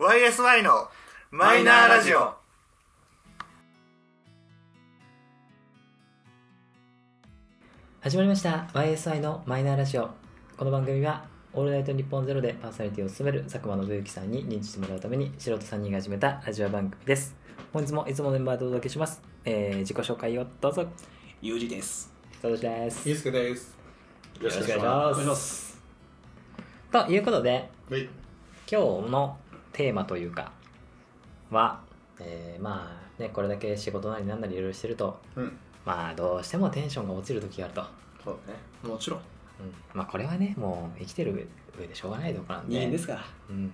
YSY のマイナーラジオ。始まりました YSI のマイナーラジオこの番組は「オールナイトニッポンゼロでパーソナリティを務める佐久間信之さんに認知してもらうために素人3人が始めたラジオ番組です本日もいつものメンバーでお届けします、えー、自己紹介をどうぞゆうじです。佐藤ですゆうすけです。よろしくお願いしまおす願いします。ということではい。今日のテーマというかは、えーまあねこれだけ仕事なりなんなりいろいろしてるとうん。まあどうしてもテンションが落ちる時があると、そうだね。もちろんうん、まあこれはねもう生きてる上でしょうがないところなんで人間ですから。うんま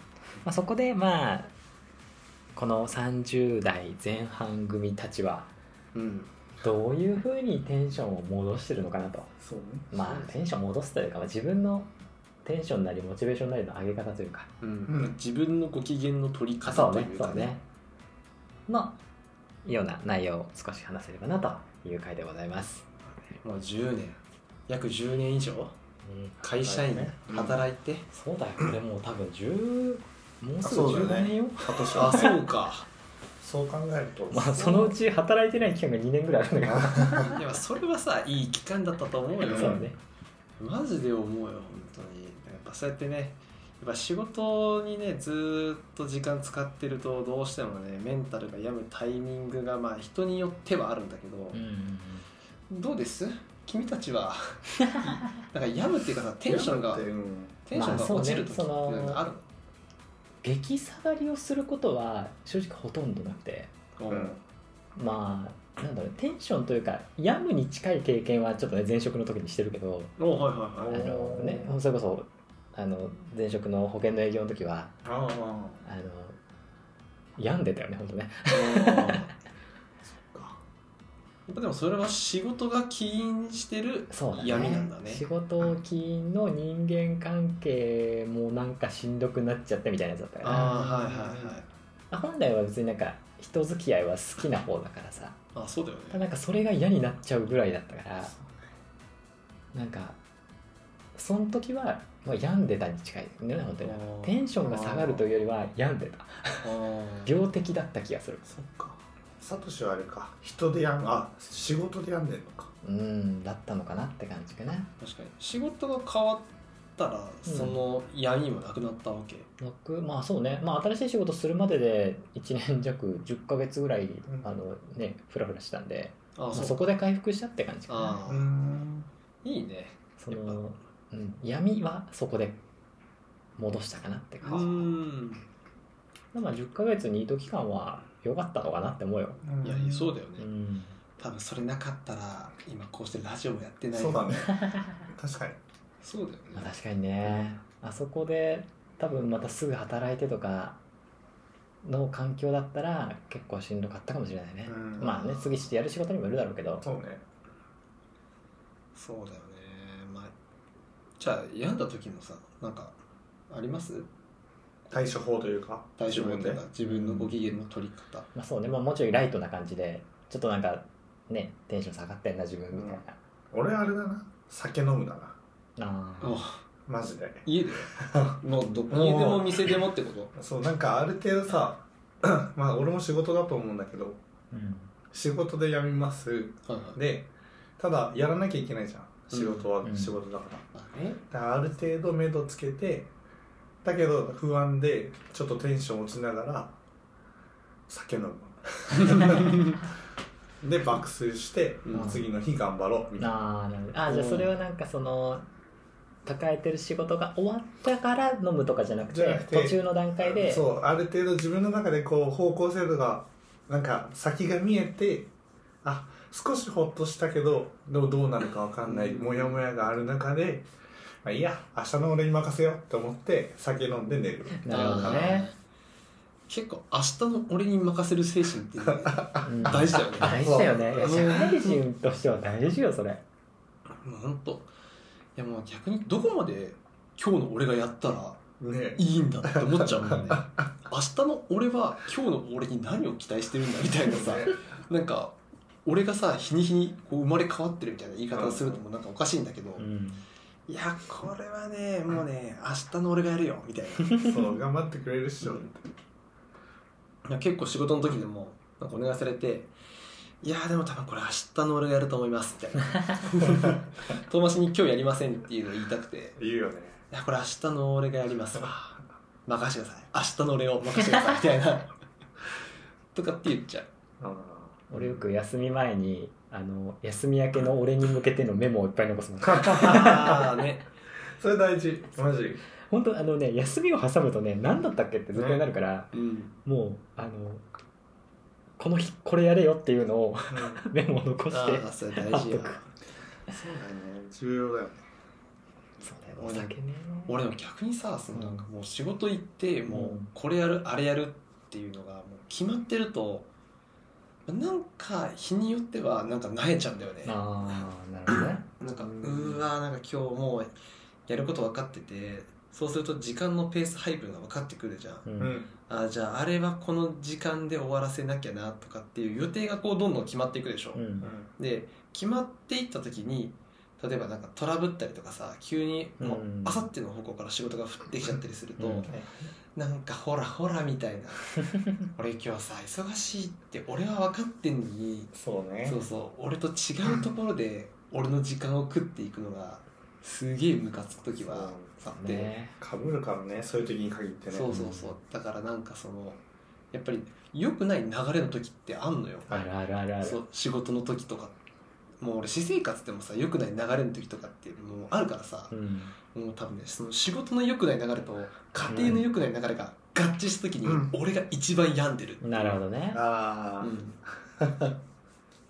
あ、そこでまあこの30代前半組たちはうん。どういうふうにテンションを戻してるのかなとそうね。まあテンション戻すというか、まあ、自分のテンションなりモチベーションなりの上げ方というかうん。自分のご機嫌の取りそ方うといねうそかうね。のような内容を少し話せればなという回でございます、もう10年、約10年以上うん、会社員ねうん働いて。そうだよこれもう多分10もうすぐあそうだ15よね年よ、今年あ、はそうか。 そう考えると。まあそのうち働いてない期間が2年ぐらいあるんだかいやそれはさ、いい期間だったと思うよらん。 そうねマジで思うよ、本当に。やっぱそうやってね、やっぱ仕事にね、ずーっと時間使ってると、どうしてもね、メンタルが病むタイミングが、まあ人によってはあるんだけど、うんどうです君たちはなんか病むっていうかさテンションがうん。テンションまあがそうね落ちる時っていうのがある激下がりをすることは正直ほとんどなくての、のうんまあなんだろうテンションというかやむに近い経験はちょっとね前職の時にしてるけどおはいはあいはいの、ね、それこそあの前職の保険の営業の時はああの病んでたよね本当ねやっぱでもそれは仕事が起因してるそうだね闇なんだね仕事金の人間関係もなんかしんどくなっちゃってみたいなやつだったからああはいはいはい本来は別になんか人付き合いは好きな方だからさあそうだよねなんかそれが嫌になっちゃうぐらいだったからなんかその時は、まあ、病んでたに近いよね本当にあーテンションが下がるというよりは病んでたあー病的だった気がするそっかサトシはあれか。人でやん、あ、仕事でやんでんのか。うんだったのかなって感じかな確かに仕事が変わったらその闇もなくなったわけ、僕まあそうね、まあ、新しい仕事するまでで1年弱10ヶ月ぐらい、んあのねフラフラしてたんで、あまああそうそこで回復したって感じかなあうあん。いいねその、うん、闇はそこで戻したかなってう感じ、んまあ10ヶ月ニート期間は良かったのかなって思うよいやそうだよね、うん多分それなかったら今こうしてラジオもやってないそうだね。確かに。そうだよまあ、ね確かにねあそこで多分またすぐ働いてとかの環境だったら結構しんどかったかもしれないね、うんまあね次してやる仕事にもよるだろうけどそうね。そうだよねまあじゃあ病んだ時のさなんかあります対処法というか。大丈夫自分か自分のご機嫌の取り方、まあそうね、まあ、もうちょいライトな感じでちょっとなんかねテンション下がってんな自分みたいな、俺あれだな。酒飲むだな。ああおマジで。家でもうどもう家でも店でもってことそう、なんかある程度さ。 まあ、俺も仕事だと思うんだけど。うん仕事でやみます。はいはいでただやらなきゃいけないじゃん仕事はうん仕事だから,、まあねだからある程度目処つけてだけど不安でちょっとテンション落ちながら酒飲 むで爆睡して、うん次の日頑張ろうみたいなあーなるほどあーじゃあそれはなんかその抱えてる仕事が終わったから飲むとかじゃなくてじゃなくて途中の段階でそうある程度自分の中でこう方向性とかなんか先が見えてあ少しほっとしたけどどうどうなるかわかんないうんモヤモヤがある中で、まあ、いいや明日の俺に任せようって思って酒飲んで寝るなるほどね、結構明日の俺に任せる精神 ってねうん大事だよね大事だよねいやそう社会人としては大事よそれもうほんといやもう逆にどこまで今日の俺がやったらねいいんだって思っちゃうもんね明日の俺は今日の俺に何を期待してるんだみたいな さなんか俺がさ日に日にこう生まれ変わってるみたいな言い方をするのもなんかおかしいんだけど、うんいや これはねもうね明日の俺がやるよみたいなそう頑張ってくれるっしょいや結構仕事の時でもなんかお願いされて「いやーでも多分これ明日の俺がやると思います」みたい な遠回しに「今日やりません」っていうのを言いたくて言うよねいやこれ明日の俺がやりますわ任してください明日の俺を任してくださいみたい なとかって言っちゃうあ俺よく休み前にあの休み明けの俺に向けてのメモをいっぱい残すのああねそれ大事マジ本当あのね休みを挟むとね何だったっけってずっとになるから、うんもうあのこの日これやれよっていうのを メモを残してああそれ大事よあっとそうだね重要だよねそうだよお酒ね俺でも逆にさそのなんかもう仕事行ってもうこれやるあれやるっていうのがもう決まってるとなんか日によってはなんか慣れちゃうんだよねああなるほどねなんかううんーわーなんか今日もうやること分かっててそうすると時間のペース配分が分かってくるじゃんううんんあーじゃああれはこの時間で終わらせなきゃなとかっていう予定がこうどんどん決まっていくでしょ、うんで決まっていった時に例えばなんかトラブったりとかさ急にうんもうあさっての方向から仕事が降ってきちゃったりすると、うんなんかほらほらみたいな 俺今日さ忙しいって俺は分かってんのにそうねそうそう俺と違うところで俺の時間を食っていくのがすげえムカつく時はあって、ねかぶるからねそういう時に限ってねそうそうそうだからなんかそのやっぱり良くない流れの時ってあんのよあるあるあるあそるう仕事の時とかもう俺私生活でもさ良くない流れの時とかってもうあるからさう、んもう多分ねその仕事の良くない流れと家庭の良くない流れが合致した時にうん俺が一番病んでる、なるほどねあう あ、ん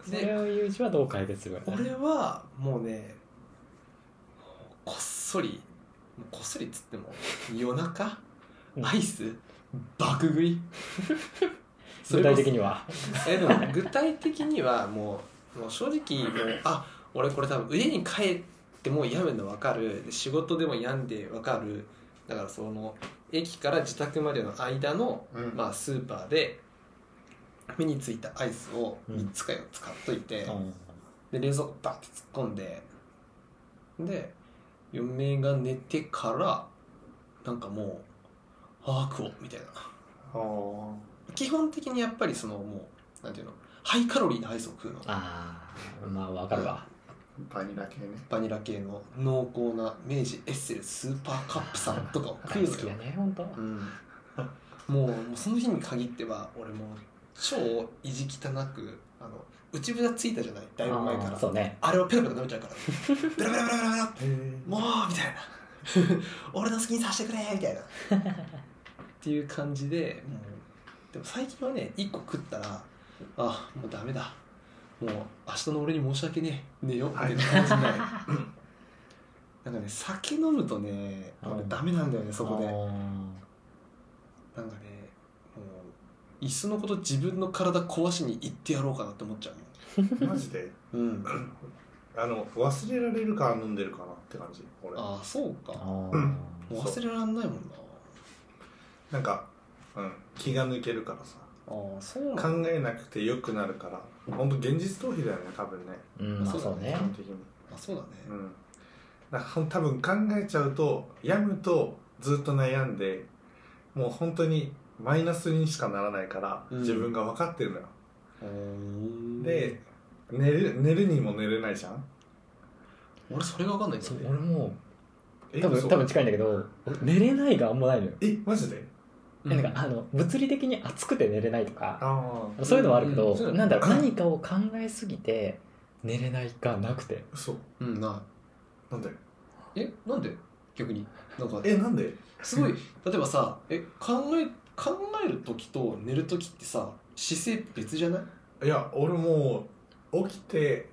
それをユージはどう解決するか俺はもうねこっそりこっそりっつっても夜中うんアイス爆食い具体的にはえでも具体的にはもうもう正直もうあ俺これ多分家に帰ってもう病むの分かるで仕事でも病んで分かるだからその駅から自宅までの間の、うんまあ、スーパーで目についたアイスを3つか4つ買っといて、で冷蔵庫バッて突っ込んでで嫁が寝てからなんかもうああ食おうみたいなあー基本的にやっぱりそのもうなんていうのハイカロリーなアイスを食うのああまあわかるわバニラ系ねバニラ系の濃厚な明治エッセルスーパーカップさんとかを食う大の好きだよ、ね本当うん、もうもうその日に限っては俺もう超意地汚くあの内ぶたついたじゃないだいぶ前かあーらそうねあれをペロペロ舐めちゃうからベラベラベラベラベラへえもうみたいな俺の好きにさせてくれみたいなっていう感じでもうでも最近はね1個食ったらあもうダメだもう明日の俺に申し訳ねえ寝ようみたいな感じ になるなんかね酒飲むとね俺ダメなんだよねそこでなあんかーねもういっそのこと自分の体壊しに行ってやろうかなって思っちゃマジでうもんうんあの忘れられるから飲んでるかなって感じ俺ああそうかあもーう忘れらんないもんななんか、うん、気が抜けるからさああそうなんだ考えなくてよくなるから本当現実逃避だよね多分ねうんまあそう基ね本的にあそうだね、うんだから多分考えちゃうと病むとずっと悩んでもう本当にマイナスにしかならないから、うん自分が分かってるのよでで寝る寝るにも寝れないじゃん俺それが分かんないんだそようね俺もえ多分嘘多分近いんだけど俺寝れないがあんまないのよえマジでいやなんかあの物理的に暑くて寝れないとかああそういうのはあるけど、うんうんなんだろううん何かを考えすぎて寝れないがなくて嘘うんななんでえなんで逆になんかえなんですごい例えばさえ考え考える時と寝る時ってさ姿勢別じゃないいや俺もう起きて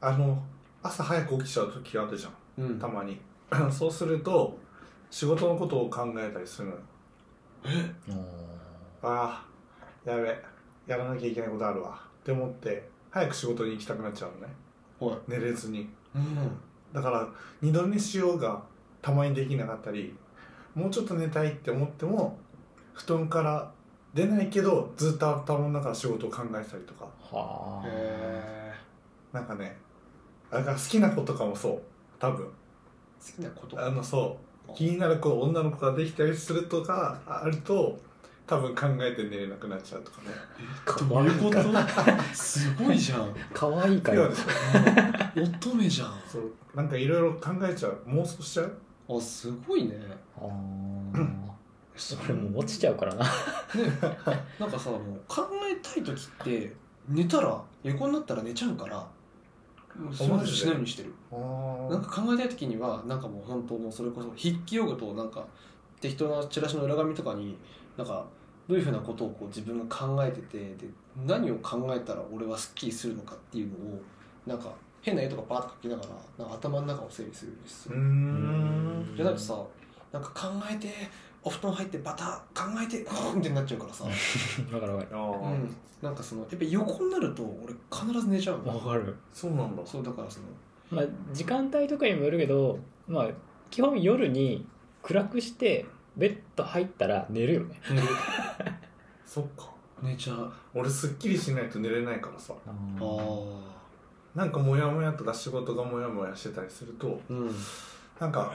あの朝早く起きちゃう時あるじゃんうんたまに そうすると仕事のことを考えたりするのよああやべやらなきゃいけないことあるわって思って早く仕事に行きたくなっちゃうのねはい寝れずにうんだから二度寝しようがたまにできなかったりもうちょっと寝たいって思っても布団から出ないけどずっと頭の中で仕事を考えてたりとかはあへなんかねあれが好きな子とかもそう多ー分好きなことあのそう気になる子女の子ができたりするとかあると多分考えて寝れなくなっちゃうとかねどういうこと すごいじゃんかわいいか違うよでしょ乙女じゃんそうなんかいろいろ考えちゃう妄想しちゃうあすごいねあーそこれもう落ちちゃうからななんかさもう考えたい時って寝たら横になったら寝ちゃうからもうそういうことしないようにしてるあなんか考えたい時にはなんかもう本当もうそれこそ筆記用具となんか適当なチラシの裏紙とかになんかどういうふうなことをこう自分が考えててで何を考えたら俺はスッキリするのかっていうのをなんか変な絵とかバーッと描きながらなんか頭の中を整理するんですうよーんじゃないとさなんか考えてお布団入ってバタ考えてうーんみたいになっちゃうからさ、だ からわかあうーん、なんかそのやっぱ横になると俺必ず寝ちゃうるのかるそうなんだそうだからそのまあ、時間帯とかにもよるけど、まあ、基本夜に暗くしてベッド入ったら寝るよね寝るそっか 寝ちゃう俺すっきりしないと寝れないからさあああなんかモヤモヤとか仕事がモヤモヤしてたりするとうんなんか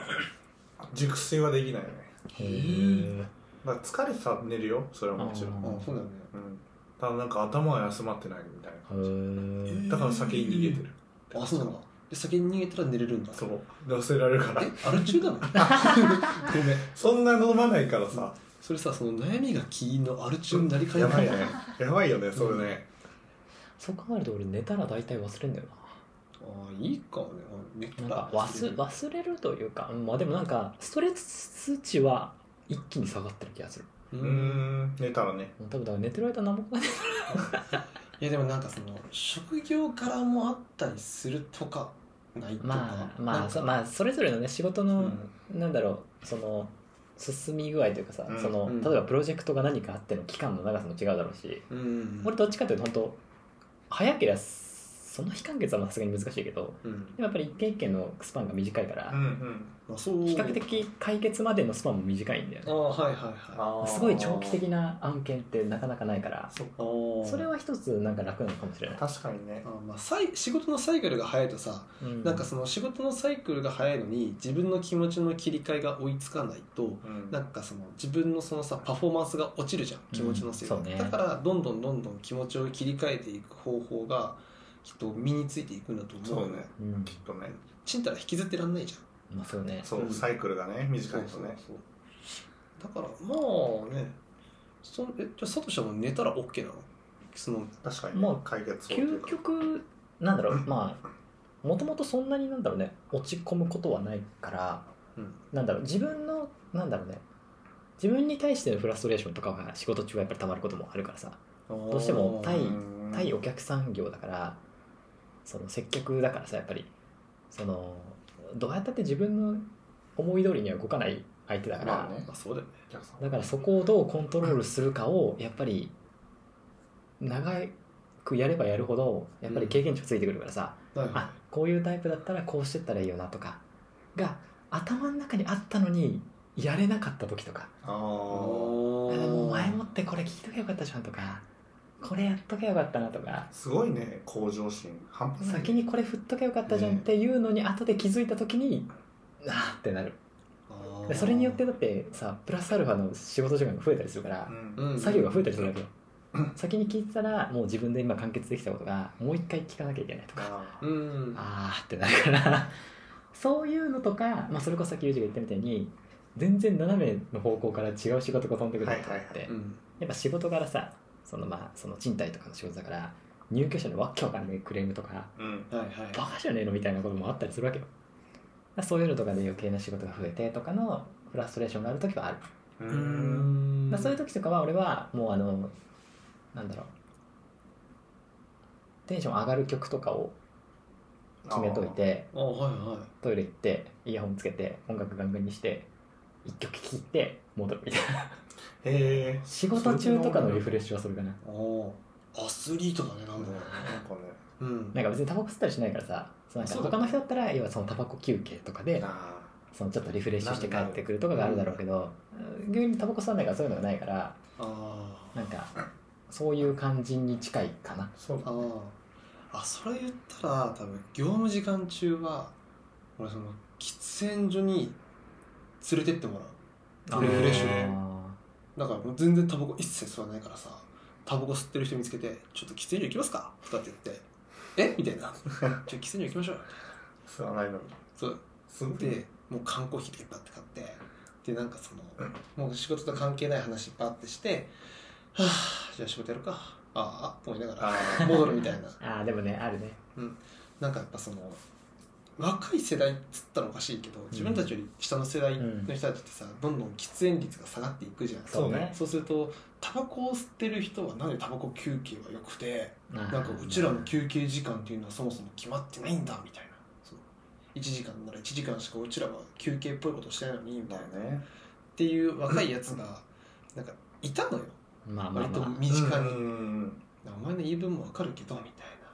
熟睡はできないよねへえだから疲れてたら寝るよそれはもちろん、あそうだよねうん、ただなんか頭は休まってないみたいな感じへえだから酒に逃げてるあそうなんだで先に逃げたら寝れるんだそう忘れられるからえアル中なのごめんそんな飲まないからさそれさその悩みが起因のアル中になりかねやなばいいねやばいよねそれね、そう考えると俺寝たら大体忘れんだよあーいいかもねあ寝なたなんから忘忘れるというかうんまあでもなんかストレス数値は一気に下がってる気がするううーんん寝たらね多分だから寝てる間何も考えてないいやでもなんかその職業柄もあったりするとかないとかまあなまんあかそ,、まあ、それぞれのね仕事の、うんなんだろうその進み具合というかさ、うんそのうん例えばプロジェクトが何かあっての期間の長さも違うだろうし、うん俺どっちかというと本当早けりゃその日完結はさすがに難しいけどうんでもやっぱり一件一件のスパンが短いから、うんうんまあそう比較的解決までのスパンも短いんだよああねはいはいはいあーすごい長期的な案件ってなかなかないからそっあかーそれは一つなんか楽なのかもしれない、確かにねあーまあさい仕事のサイクルが早いとさうなんかその仕事のサイクルが早いのに自分の気持ちの切り替えが追いつかないとうんなんかその自分のそのさパフォーマンスが落ちるじゃん気持ちのせいで、うんそうねだからどんどんどんどん気持ちを切り替えていく方法がきっと身についていくんだと思うそうねうんきっとねちんたら引きずってらんないじゃんまあそうねそう、うんサイクルがね短いとそうねそうだからまあねそんえじゃあサトシはもう寝たら OK なのその確かに、もう解決法という究か極なんだろうまあもともとそんなになんだろうね落ち込むことはないからうんなんだろう自分のなんだろうね自分に対してのフラストレーションとかは仕事中はやっぱりたまることもあるからさどうしても対うん対お客さん業だからその接客だからさやっぱりそのどうやったって自分の思い通りには動かない相手だから、まあねまあそうだよねお客さんだからそこをどうコントロールするかをやっぱり長くやればやるほどやっぱり経験値がついてくるからさ、はいはいあこういうタイプだったらこうしてったらいいよなとかが頭の中にあったのにやれなかった時とかああーあでもも前もってこれ聞いとけばよかったじゃんとかこれやっとけばよかったなとかすごいね向上心半端ない先にこれ振っとけばよかったじゃんっていうのに後で気づいた時にあーってなるでそれによってだってさプラスアルファの仕事時間が増えたりするからう、んうん作業が増えたりするわけよ、先に聞いてたらもう自分で今完結できたことがもう一回聞かなきゃいけないとかあーうんあーってなるからそういうのとか、まあ、それこそさっきユージが言ったみたいに全然斜めの方向から違う仕事が飛んでくるとかって、うんやっぱ仕事柄さそのまあその賃貸とかの仕事だから入居者のわっけわかんないクレームとかうんはいはいバカじゃねえのみたいなこともあったりするわけよだからそういうのとかで余計な仕事が増えてとかのフラストレーションがある時はあるううんだからそういうと時とかは俺はもうあのなんだろうテンション上がる曲とかを決めといてあはいはいトイレ行ってイヤホンつけて音楽ガンガンにして一曲聴いて戻るみたいなへえ仕事中とかのリフレッシュはそれかなおアスリートだねなんだろなんかねううんなんか別にタバコ吸ったりしないからさそのなんかそうだ他の人だったら要はそのタバコ休憩とかであそのちょっとリフレッシュして帰ってくるとかがあるだろうけど逆にタバコ吸わないからそういうのがないからあなんかそういう感じに近いかなーそうあだああそれ言ったら多分業務時間中は俺その喫煙所に連れてってもらうリフレッシュあでーだからもう全然タバコ一切吸わないからさタバコ吸ってる人見つけて「ちょっと喫煙所行きますか?」とかって言って「えみたい な「ちょっと喫煙所行きましょうよ」吸わないのにそうすごいねでもう缶コーヒーとかバッて買ってでなんかそのもう仕事と関係ない話バッてして「はあじゃあ仕事やるかああ」と思いながらあ 戻るみたいなああでもねあるねなんかやっぱその若い世代っつったらおかしいけど自分たちより下の世代の人たちってさ、どんどん喫煙率が下がっていくじゃんそうねそうするとタバコを吸ってる人はなんでタバコ休憩は良くてななんかうちらの休憩時間っていうのはそもそも決まってないんだみたいなそう1時間なら1時間しかうちらは休憩っぽいことしてないのにみたいまなっあねていう若いやつがなんかいたのよまあまあ割とま身近に、うんお前の言い分もわかるけどみたいな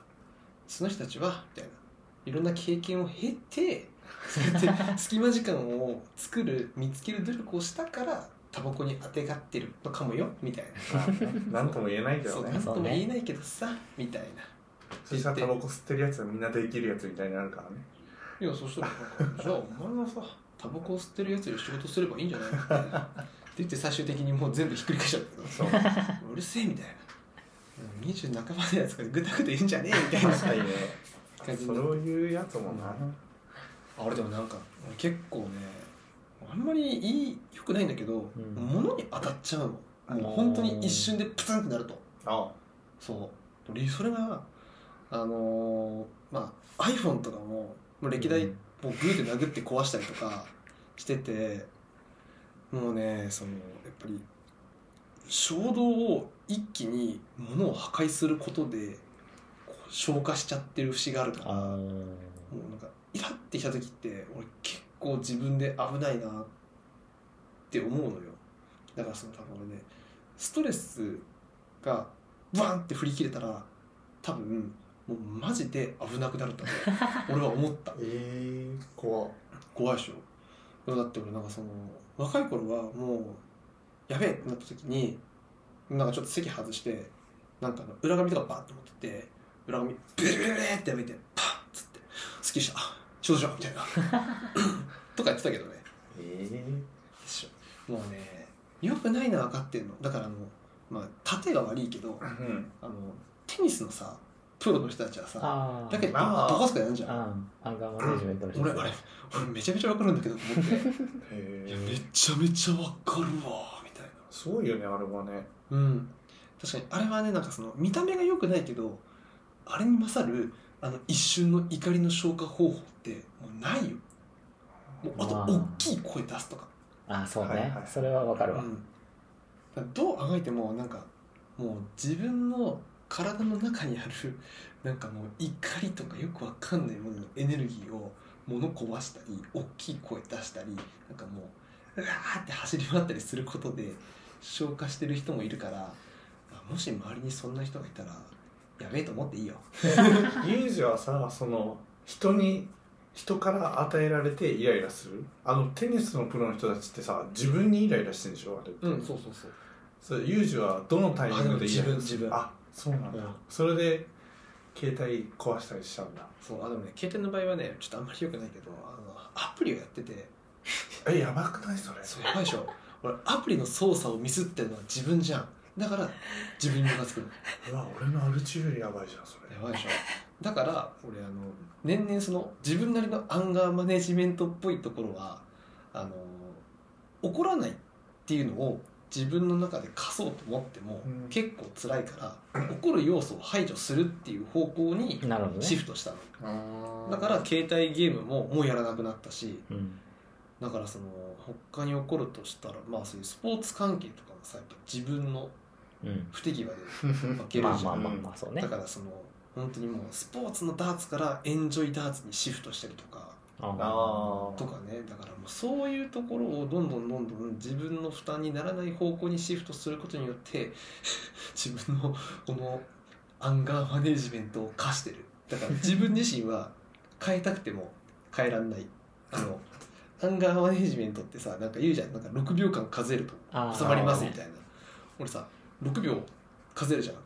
その人たちはみたいないろんな経験を経て そうやって隙間時間を作る見つける努力をしたからタバコにあてがってるのかもよみたいなまあねなんとも言えないけそどうねなんとそうもね言えないけどさみたいそしたらタバコ吸ってるやつはみんなできるやつみたいになるからねないやそしたらなんかじゃあお前はさタバコを吸ってるやつより仕事すればいいんじゃないみたいなって言って最終的にもう全部ひっくり返しちゃったけどそううるせえみたいな20半ばのやつがぐたぐた言うんじゃねえみたいな確かにね感じにそなれってを言うやつもなあれでもなんか俺結構ねあんまりいいよくないんだけど、うん物に当たっちゃうのもう本当に一瞬でプツンってなるとあそう俺それがあのーまあ iPhone とかももう歴代、うんもうグーで殴って壊したりとかしててもうねそのやっぱり衝動を一気に物を破壊することでこう消化しちゃってる節があるかあら。あもうなんかイラってきた時って俺結構自分で危ないなって思うのよだからその多分俺ねストレスがバンって振り切れたら多分もうマジで危なくなると思う俺は思ったえー怖っ怖いでしょだって俺なんかその若い頃はもうやべえってなった時になんかちょっと席外してなんかあの裏紙とかバーって持ってって裏紙ビリビリビリってやめてパッつって「好きでした少女」みたい なとかやってたけどねえもうねよくないのは分かってんのだからあのまあ縦が悪いけどえうんあのテニスのさプロの人たちはさあラケットまあどこすかやんじゃんあアンガーマネジメントの人俺あれ俺めちゃめちゃ分かるんだけどと思って へいやめえちゃめちゃわかるわみたいなすごいよねあれはねうん確かにあれはねなんかその見た目が良くないけどあれに勝るあの一瞬の怒りの消化方法ってもうないよもうあとまあ大きい声出すとか,、ああそうね、はいはいそれはわかうるん、わ、だからどうあがいてもなんかもう自分の体の中にある なんかもう怒りとかよくわかんないもののエネルギーを物壊したり大きい声出したりなんかもううわーって走り回ったりすることで消化してる人もいるからあもし周りにそんな人がいたらやべえと思っていいよユージはさその人に人から与えられてイライラするあのテニスのプロの人たちってさ自分にイライラしてるんでしょあれって、そうそうそうそれユージはどのタイミングでイラあイラでも自分自分あそうなんだ、うんそれで携帯壊したりしたんだそうあでもね携帯の場合はねちょっとあんまり良くないけどあのアプリをやっててえやばくないそれそうやばいでしょ俺アプリの操作をミスってるのは自分じゃんだから自分にムカつくのうわ俺のアルチューよりやばいじゃんそれやばいでしょだから俺あの年々その自分なりのアンガーマネジメントっぽいところはあの怒らないっていうのを自分の中で貸そうと思っても、うん結構辛いから怒る要素を排除するっていう方向になるほどねシフトしたの、あだ から携帯ゲームももうやらなくなったしうんだからその他に起こるとしたらまあそういうスポーツ関係とかもさやっぱ自分のうん不手際で負けるじゃん、 まあまあまあまあそうねだからその本当にもうスポーツのダーツからエンジョイダーツにシフトしたりとかああとかねだからもうそういうところをどんどんどんどん自分の負担にならない方向にシフトすることによって 自分のこのアンガーマネジメントを課してるだから自分自身は変えたくても変えらんないあのアンガーマネジメントってさなんか言うじゃんなんか6秒間数えるとあー収まりますみたいな俺さ6秒数えるじゃん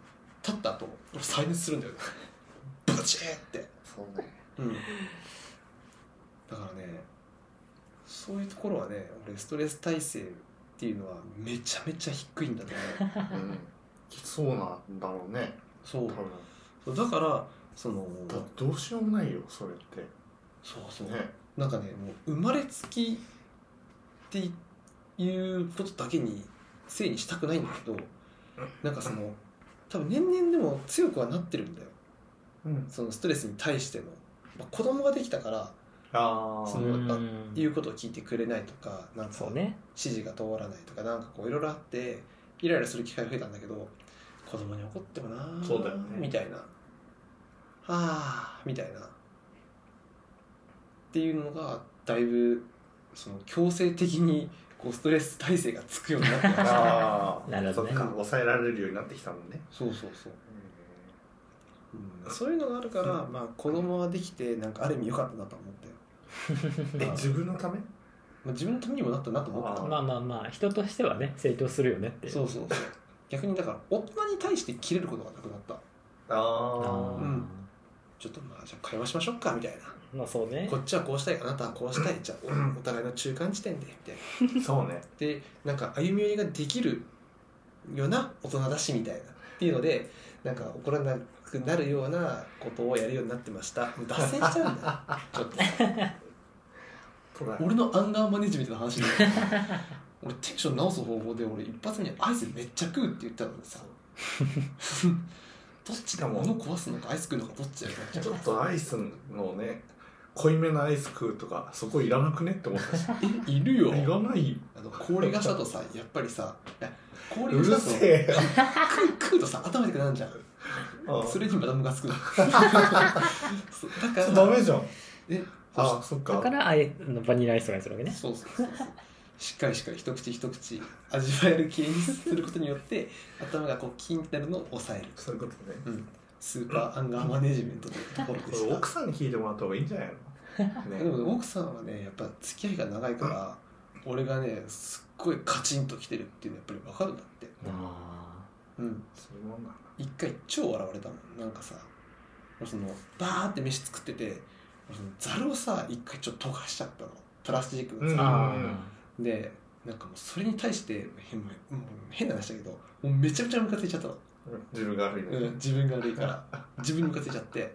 立った後俺再熱するんだよねブチーってそう ねうん、だからねそういうところはね俺ストレス耐性っていうのはめちゃめちゃ低いんだねうん、そうなんだろうねそ多う分だからそのだってどうしようもないよそれってそうそう、ねなんかねもう生まれつきっていうことだけにせいにしたくないんだけどなんかその多分年々でも強くはなってるんだようんそのストレスに対しての、まあ、子供ができたからあそあのうんあ言うことを聞いてくれないとかなんかそう指ね示が通らないとかなんかこういろいろあってイライラする機会が増えたんだけど子供に怒ってもなーそうだよねみたいなはあみたいなっていうのがだいぶその強制的にこうストレス耐性がつくようになってましたあーなるほどねそっか抑えられるようになってきたもんねそうそうそううんそういうのがあるから、まあ、子供はできてなんかある意味良かったなと思ったよ、え自分のためまあ、自分のためにもなったなと思ったあまあまあまあ人としてはね成長するよねっていうそうそうそう逆にだから大人に対して切れることがなくなったあーあうんちょっとまあじゃあ会話しましょうかみたいなまあそうねこっちはこうしたいあなたはこうしたいじゃあおお互いの中間地点でみたいなあそうねでなんか歩み寄りができるよな大人だしみたいなっていうのでなんか怒らなくなるようなことをやるようになってましたもう脱線しちゃうんだよちょっと トライ俺のアンガーマネジメントの話になる俺テンション直す方法で俺一発目にアイスめっちゃ食うって言ったのにさどっちだもん物壊すのかアイス食うのかどっちだよちょっとアイスのね濃いめのアイス食うとかそこいらなくねって思 ったしえいるよいらないあの氷がしたとさやっぱりさいやう氷がしるたとせ え食う食うとさ頭痛くなるじゃんあそれにまたムカつくのそうだからダメじゃんえあそっだかからあえあのバニラアイスとかにするわけねそうそうそうそうしっかりしっかり一口一口味わえる系にすることによって頭がこうキーンってなるのを抑えるそういうことねうんスーパーアンガーマネジメントというところこでれした奥さんに聞いてもらった方がいいんじゃない のでねも奥さんはねやっぱ付き合いが長いから俺がねすっごいカチンときてるっていうのやっぱり分かるんだってあうんそういうもんなんだ一回超笑われたもんなんかさそのバーって飯作っててそのザルをさ一回ちょっと溶かしちゃったのプラスチックのーうんさ、あでなんかもうそれに対して変もう変な話だけどもうめちゃめちゃムカついちゃったの、自分が悪いのうにん、自分が悪いから自分にムカついちゃって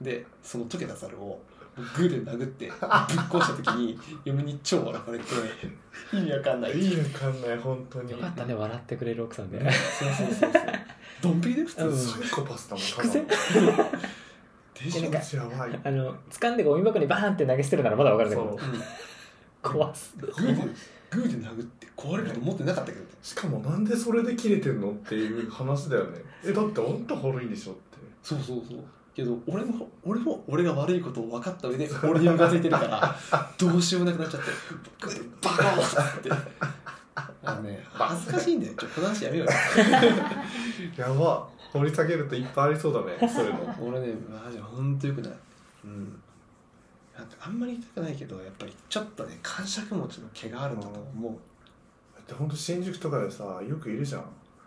でその溶けたザルをグーで殴ってぶっ壊した時に嫁に超笑われて意味わかん ないいいわかんない本当ーによかったね笑ってくれる奥さんでそうそうそうそうドンピリで普通、うんサイコパスだもん低 線でしょただのやばいあの掴んでゴミ箱にバーンって投げ捨てるならまだわかるんだけそどううん壊すグーでグーで殴って壊れると思ってなかったけどしかもなんでそれで切れてんのっていう話だよねえだってあんた悪いんでしょってそうそうそうけど俺も俺も俺が悪いことを分かった上で俺にムカついてるからどうしようもなくなっちゃってグーでバカーってあのね恥ずかしいんだよちょっとこの話やめようよやば掘り下げるといっぱいありそうだねそういうの俺ねマジほんとよくないうんなんかあんまり言いたくないけどやっぱりちょっとね感触持ちの毛があるんだと思うで本当新宿とかでさよくいるじゃん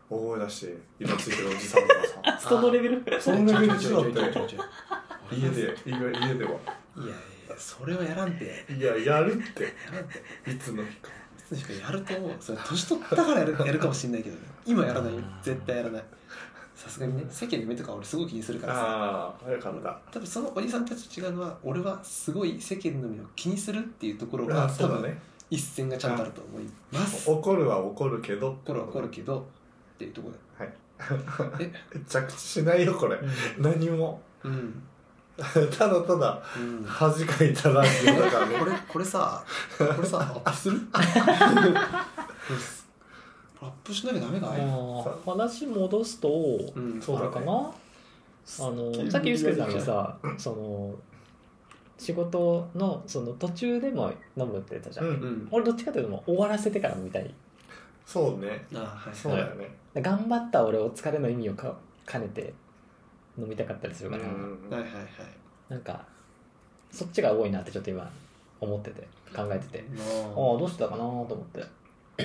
大声出して色ついてるおじさんとかそのレベルさそんなレベルでしょだっちょいちてょいちょいちょいちょい家で家家ではいやいやそれはやらんていややるっていつの日か確かにやると思うそれ年取ったからやるやるかもしれないけどね今やらないよ絶対やらないさすがにね世間の目とか俺すごい気にするからさああよかった多分そのおじさんたちと違うのは俺はすごい世間の目を気にするっていうところあがあそ多うだ分ね一線がちゃんとあると思います怒るは怒るけど怒るは怒るけどっていうところはいでえ着地しないよこれ 何も うんただただうん恥かいたラジオだからね これこれさこれさアップするこれアップしなきゃダメかいもう話戻すとうんそうあだれねかなあのさっきユースケさんがさその仕事のその途中でも飲むって言ったじゃん、うんうん俺どっちかというともう終わらせてから飲みたいそうねあはいそうだよね、頑張った俺お疲れの意味をか兼ねて飲みたかったりするうから、んはいはいはいなんかそっちが多いなってちょっと今思ってて考えててああまあどうしてたかなと思って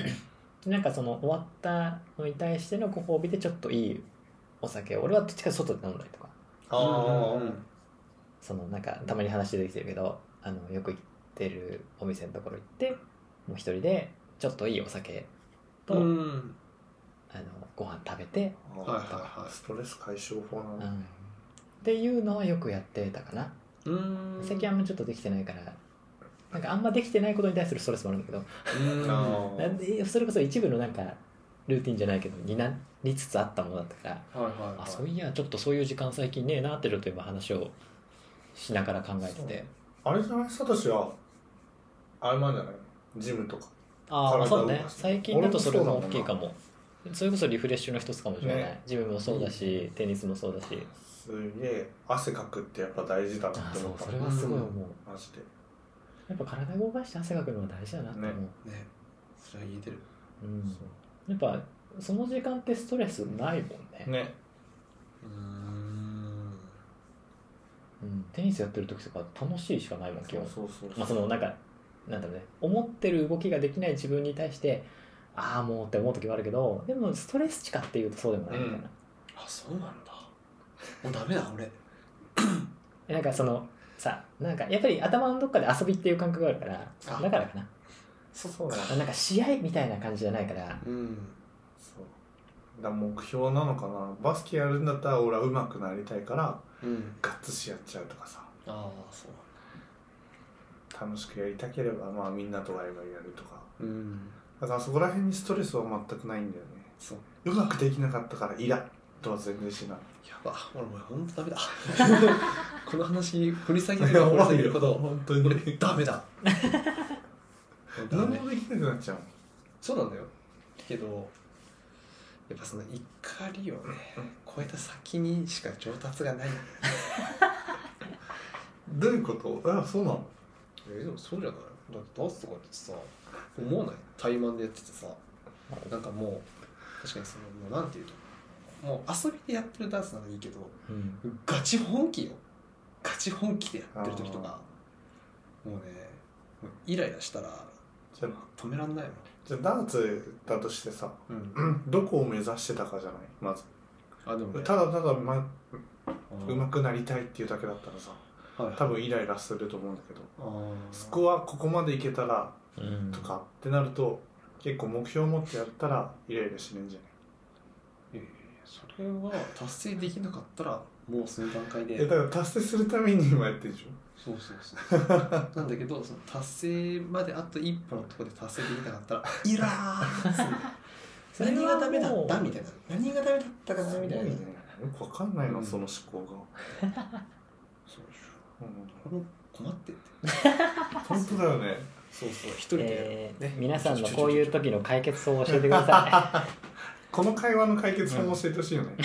なんかその終わったのに対してのご褒美でちょっといいお酒を俺はどっちか外で飲んだりとかああ、うんうんうんそのなんかたまに話出てきてるけどあのよく行ってるお店のところ行ってもう一人でちょっといいお酒と、うんあのご飯食べて、はいはいあはーストレス解消法なうん、のっていうのはよくやってたかな、いうん最近あんまちょっとできてないからなんかあんまできてないことに対するストレスもあるんだけどうんはあーなんでそれこそ一部のなんかルーティンじゃないけどになりつつあったものだったからいはいはいあそういやちょっとそういう時間最近ねえなってると今話をしながら考えててあれじゃないサトシはあれなんじゃないジムとかああまあそうだね体を動かす最近だとそれも大きいかもそれこそリフレッシュの一つかもしれない、ねジムもそうだし、テニスもそうだしすげえ汗かくってやっぱ大事だなあってそ思うったそれはすごい思う、マジでやっぱ体動かして汗かくのは大事だなって思う、ねねそれは言えてるうんそ、やっぱその時間ってストレスないもんねねうんうん、テニスやってる時とか楽しいしかないもん基そう本そうそうまあそのなんかなんだろうね思ってる動きができない自分に対してああもうって思う時はあるけどでもストレス値かっていうとそうでもないみたいな、あそうなんだもうダメだ俺えなんかそのさなんかやっぱり頭のどっかで遊びっていう感覚があるからあだからかなそうそうだねなんか試合みたいな感じじゃないからうんそうだから目標なのかなバスケやるんだったら俺は上手くなりたいからうんガッツしやっちゃうとかさああそう楽しくやりたければまあみんなとワイワイやるとかうんだからそこら辺にストレスは全くないんだよねそううまくできなかったからイラとは全然しないやば俺もうほんとダ メだこの話振り下げるほど掘り下 げるほど本当俺にダメだダ何メもできなくなっちゃうもんそうなんだよけどやっぱその怒りをね超えた先にしか上達がないどういうことあそうなのえでもそうじゃないだってダンスとかってさ思わない怠慢でやっててさなんかもう確かにそのもうなんていうのもう遊びでやってるダンスならいいけどうんガチ本気よガチ本気でやってる時とかもうねもうイライラしたらじゃあ止めらんないもじゃあダーツだとしてさ、ん、うん、うん、どこを目指してたかじゃないまずあでもねただただうまうんうまくなりたいっていうだけだったらさはい多分イライラすると思うんだけどあースコアここまでいけたらうんとかってなると結構目標を持ってやったらイライラしねえんじゃないやいいやいやそれは達成できなかったらもうその段階でえだから達成するために今やってるでしょそうそうそうなんだけどその達成まであと一歩のところで達成できなかったらイラーッする何がダメだったみたいな何がダメだったかなみたいなよくわかんないな、うんその思考そうでしょが、うん、これ困ってって本当だよねそうそう一人でえやる、ー皆さんのこういう時の解決法を教えてくださこの会話の解決法も教えてほしいよ ね、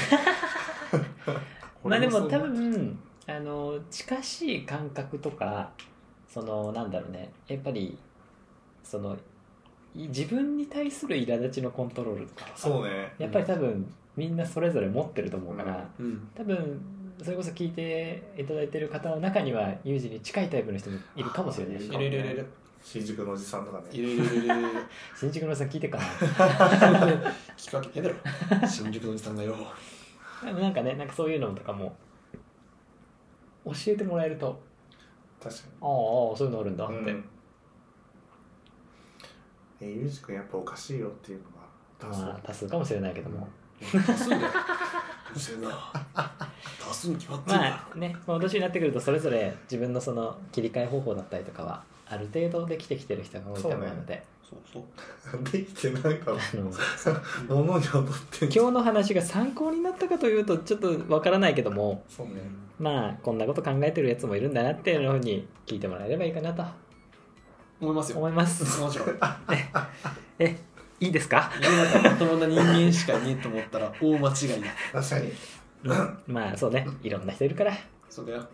いまあでも多分あの近しい感覚とかそのなんだろうねやっぱりそのい自分に対する苛立ちのコントロールとかさそうねやっぱり多分みんなそれぞれ持ってると思うから、うんうん多分それこそ聞いていただいてる方の中にはユージに近いタイプの人もいるかもしれないしいるいるいるいる新宿のおじさんとかいねるいるいるいるいる新宿のおじさん聞いてるか聞くわけねえだろ新宿のおじさんがよ なでもなんかねなんかそういうのとかも教えてもらえると確かああああそういうのあるんだっにて、うんえゆうじくんやっぱおかしいよっていうのが多数まあ多数かもしれないけども、多数だようるせえな多数に決まってんだろまあねこの年になってくるとそれぞれ自分のその切り替え方法だったりとかはある程度できてきてる人が多いと思うのでそうそうできてないからあの物に踊ってんじゃん今日の話が参考になったかというとちょっとわからないけどもそうねまあこんなこと考えてるやつもいるんだなっていうのに聞いてもらえればいいかなと思いますよ思もいます。ち ろんえ、いいですか？世の中まともな人間しかいねえと思ったら大間違いだ確かにまあそうね、いろんな人いるから、そうだよ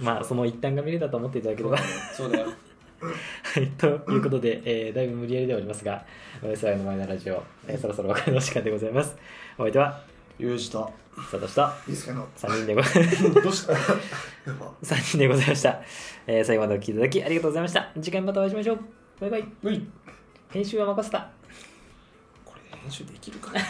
まあその一端が見れたと思っていただければ。そう だよはい、ということで、えーだいぶ無理やりではありますが、YSI のマイナラジオ、えーそろそろお別れの時間でございます。お相手は、ゆうじと佐藤とゆうすけの3人でごどうした 三人でございました、えー最後までお聞きいただきありがとうございました。次回またお会いしましょう。バイバイ。うい編集は任せた。これ編集できるかな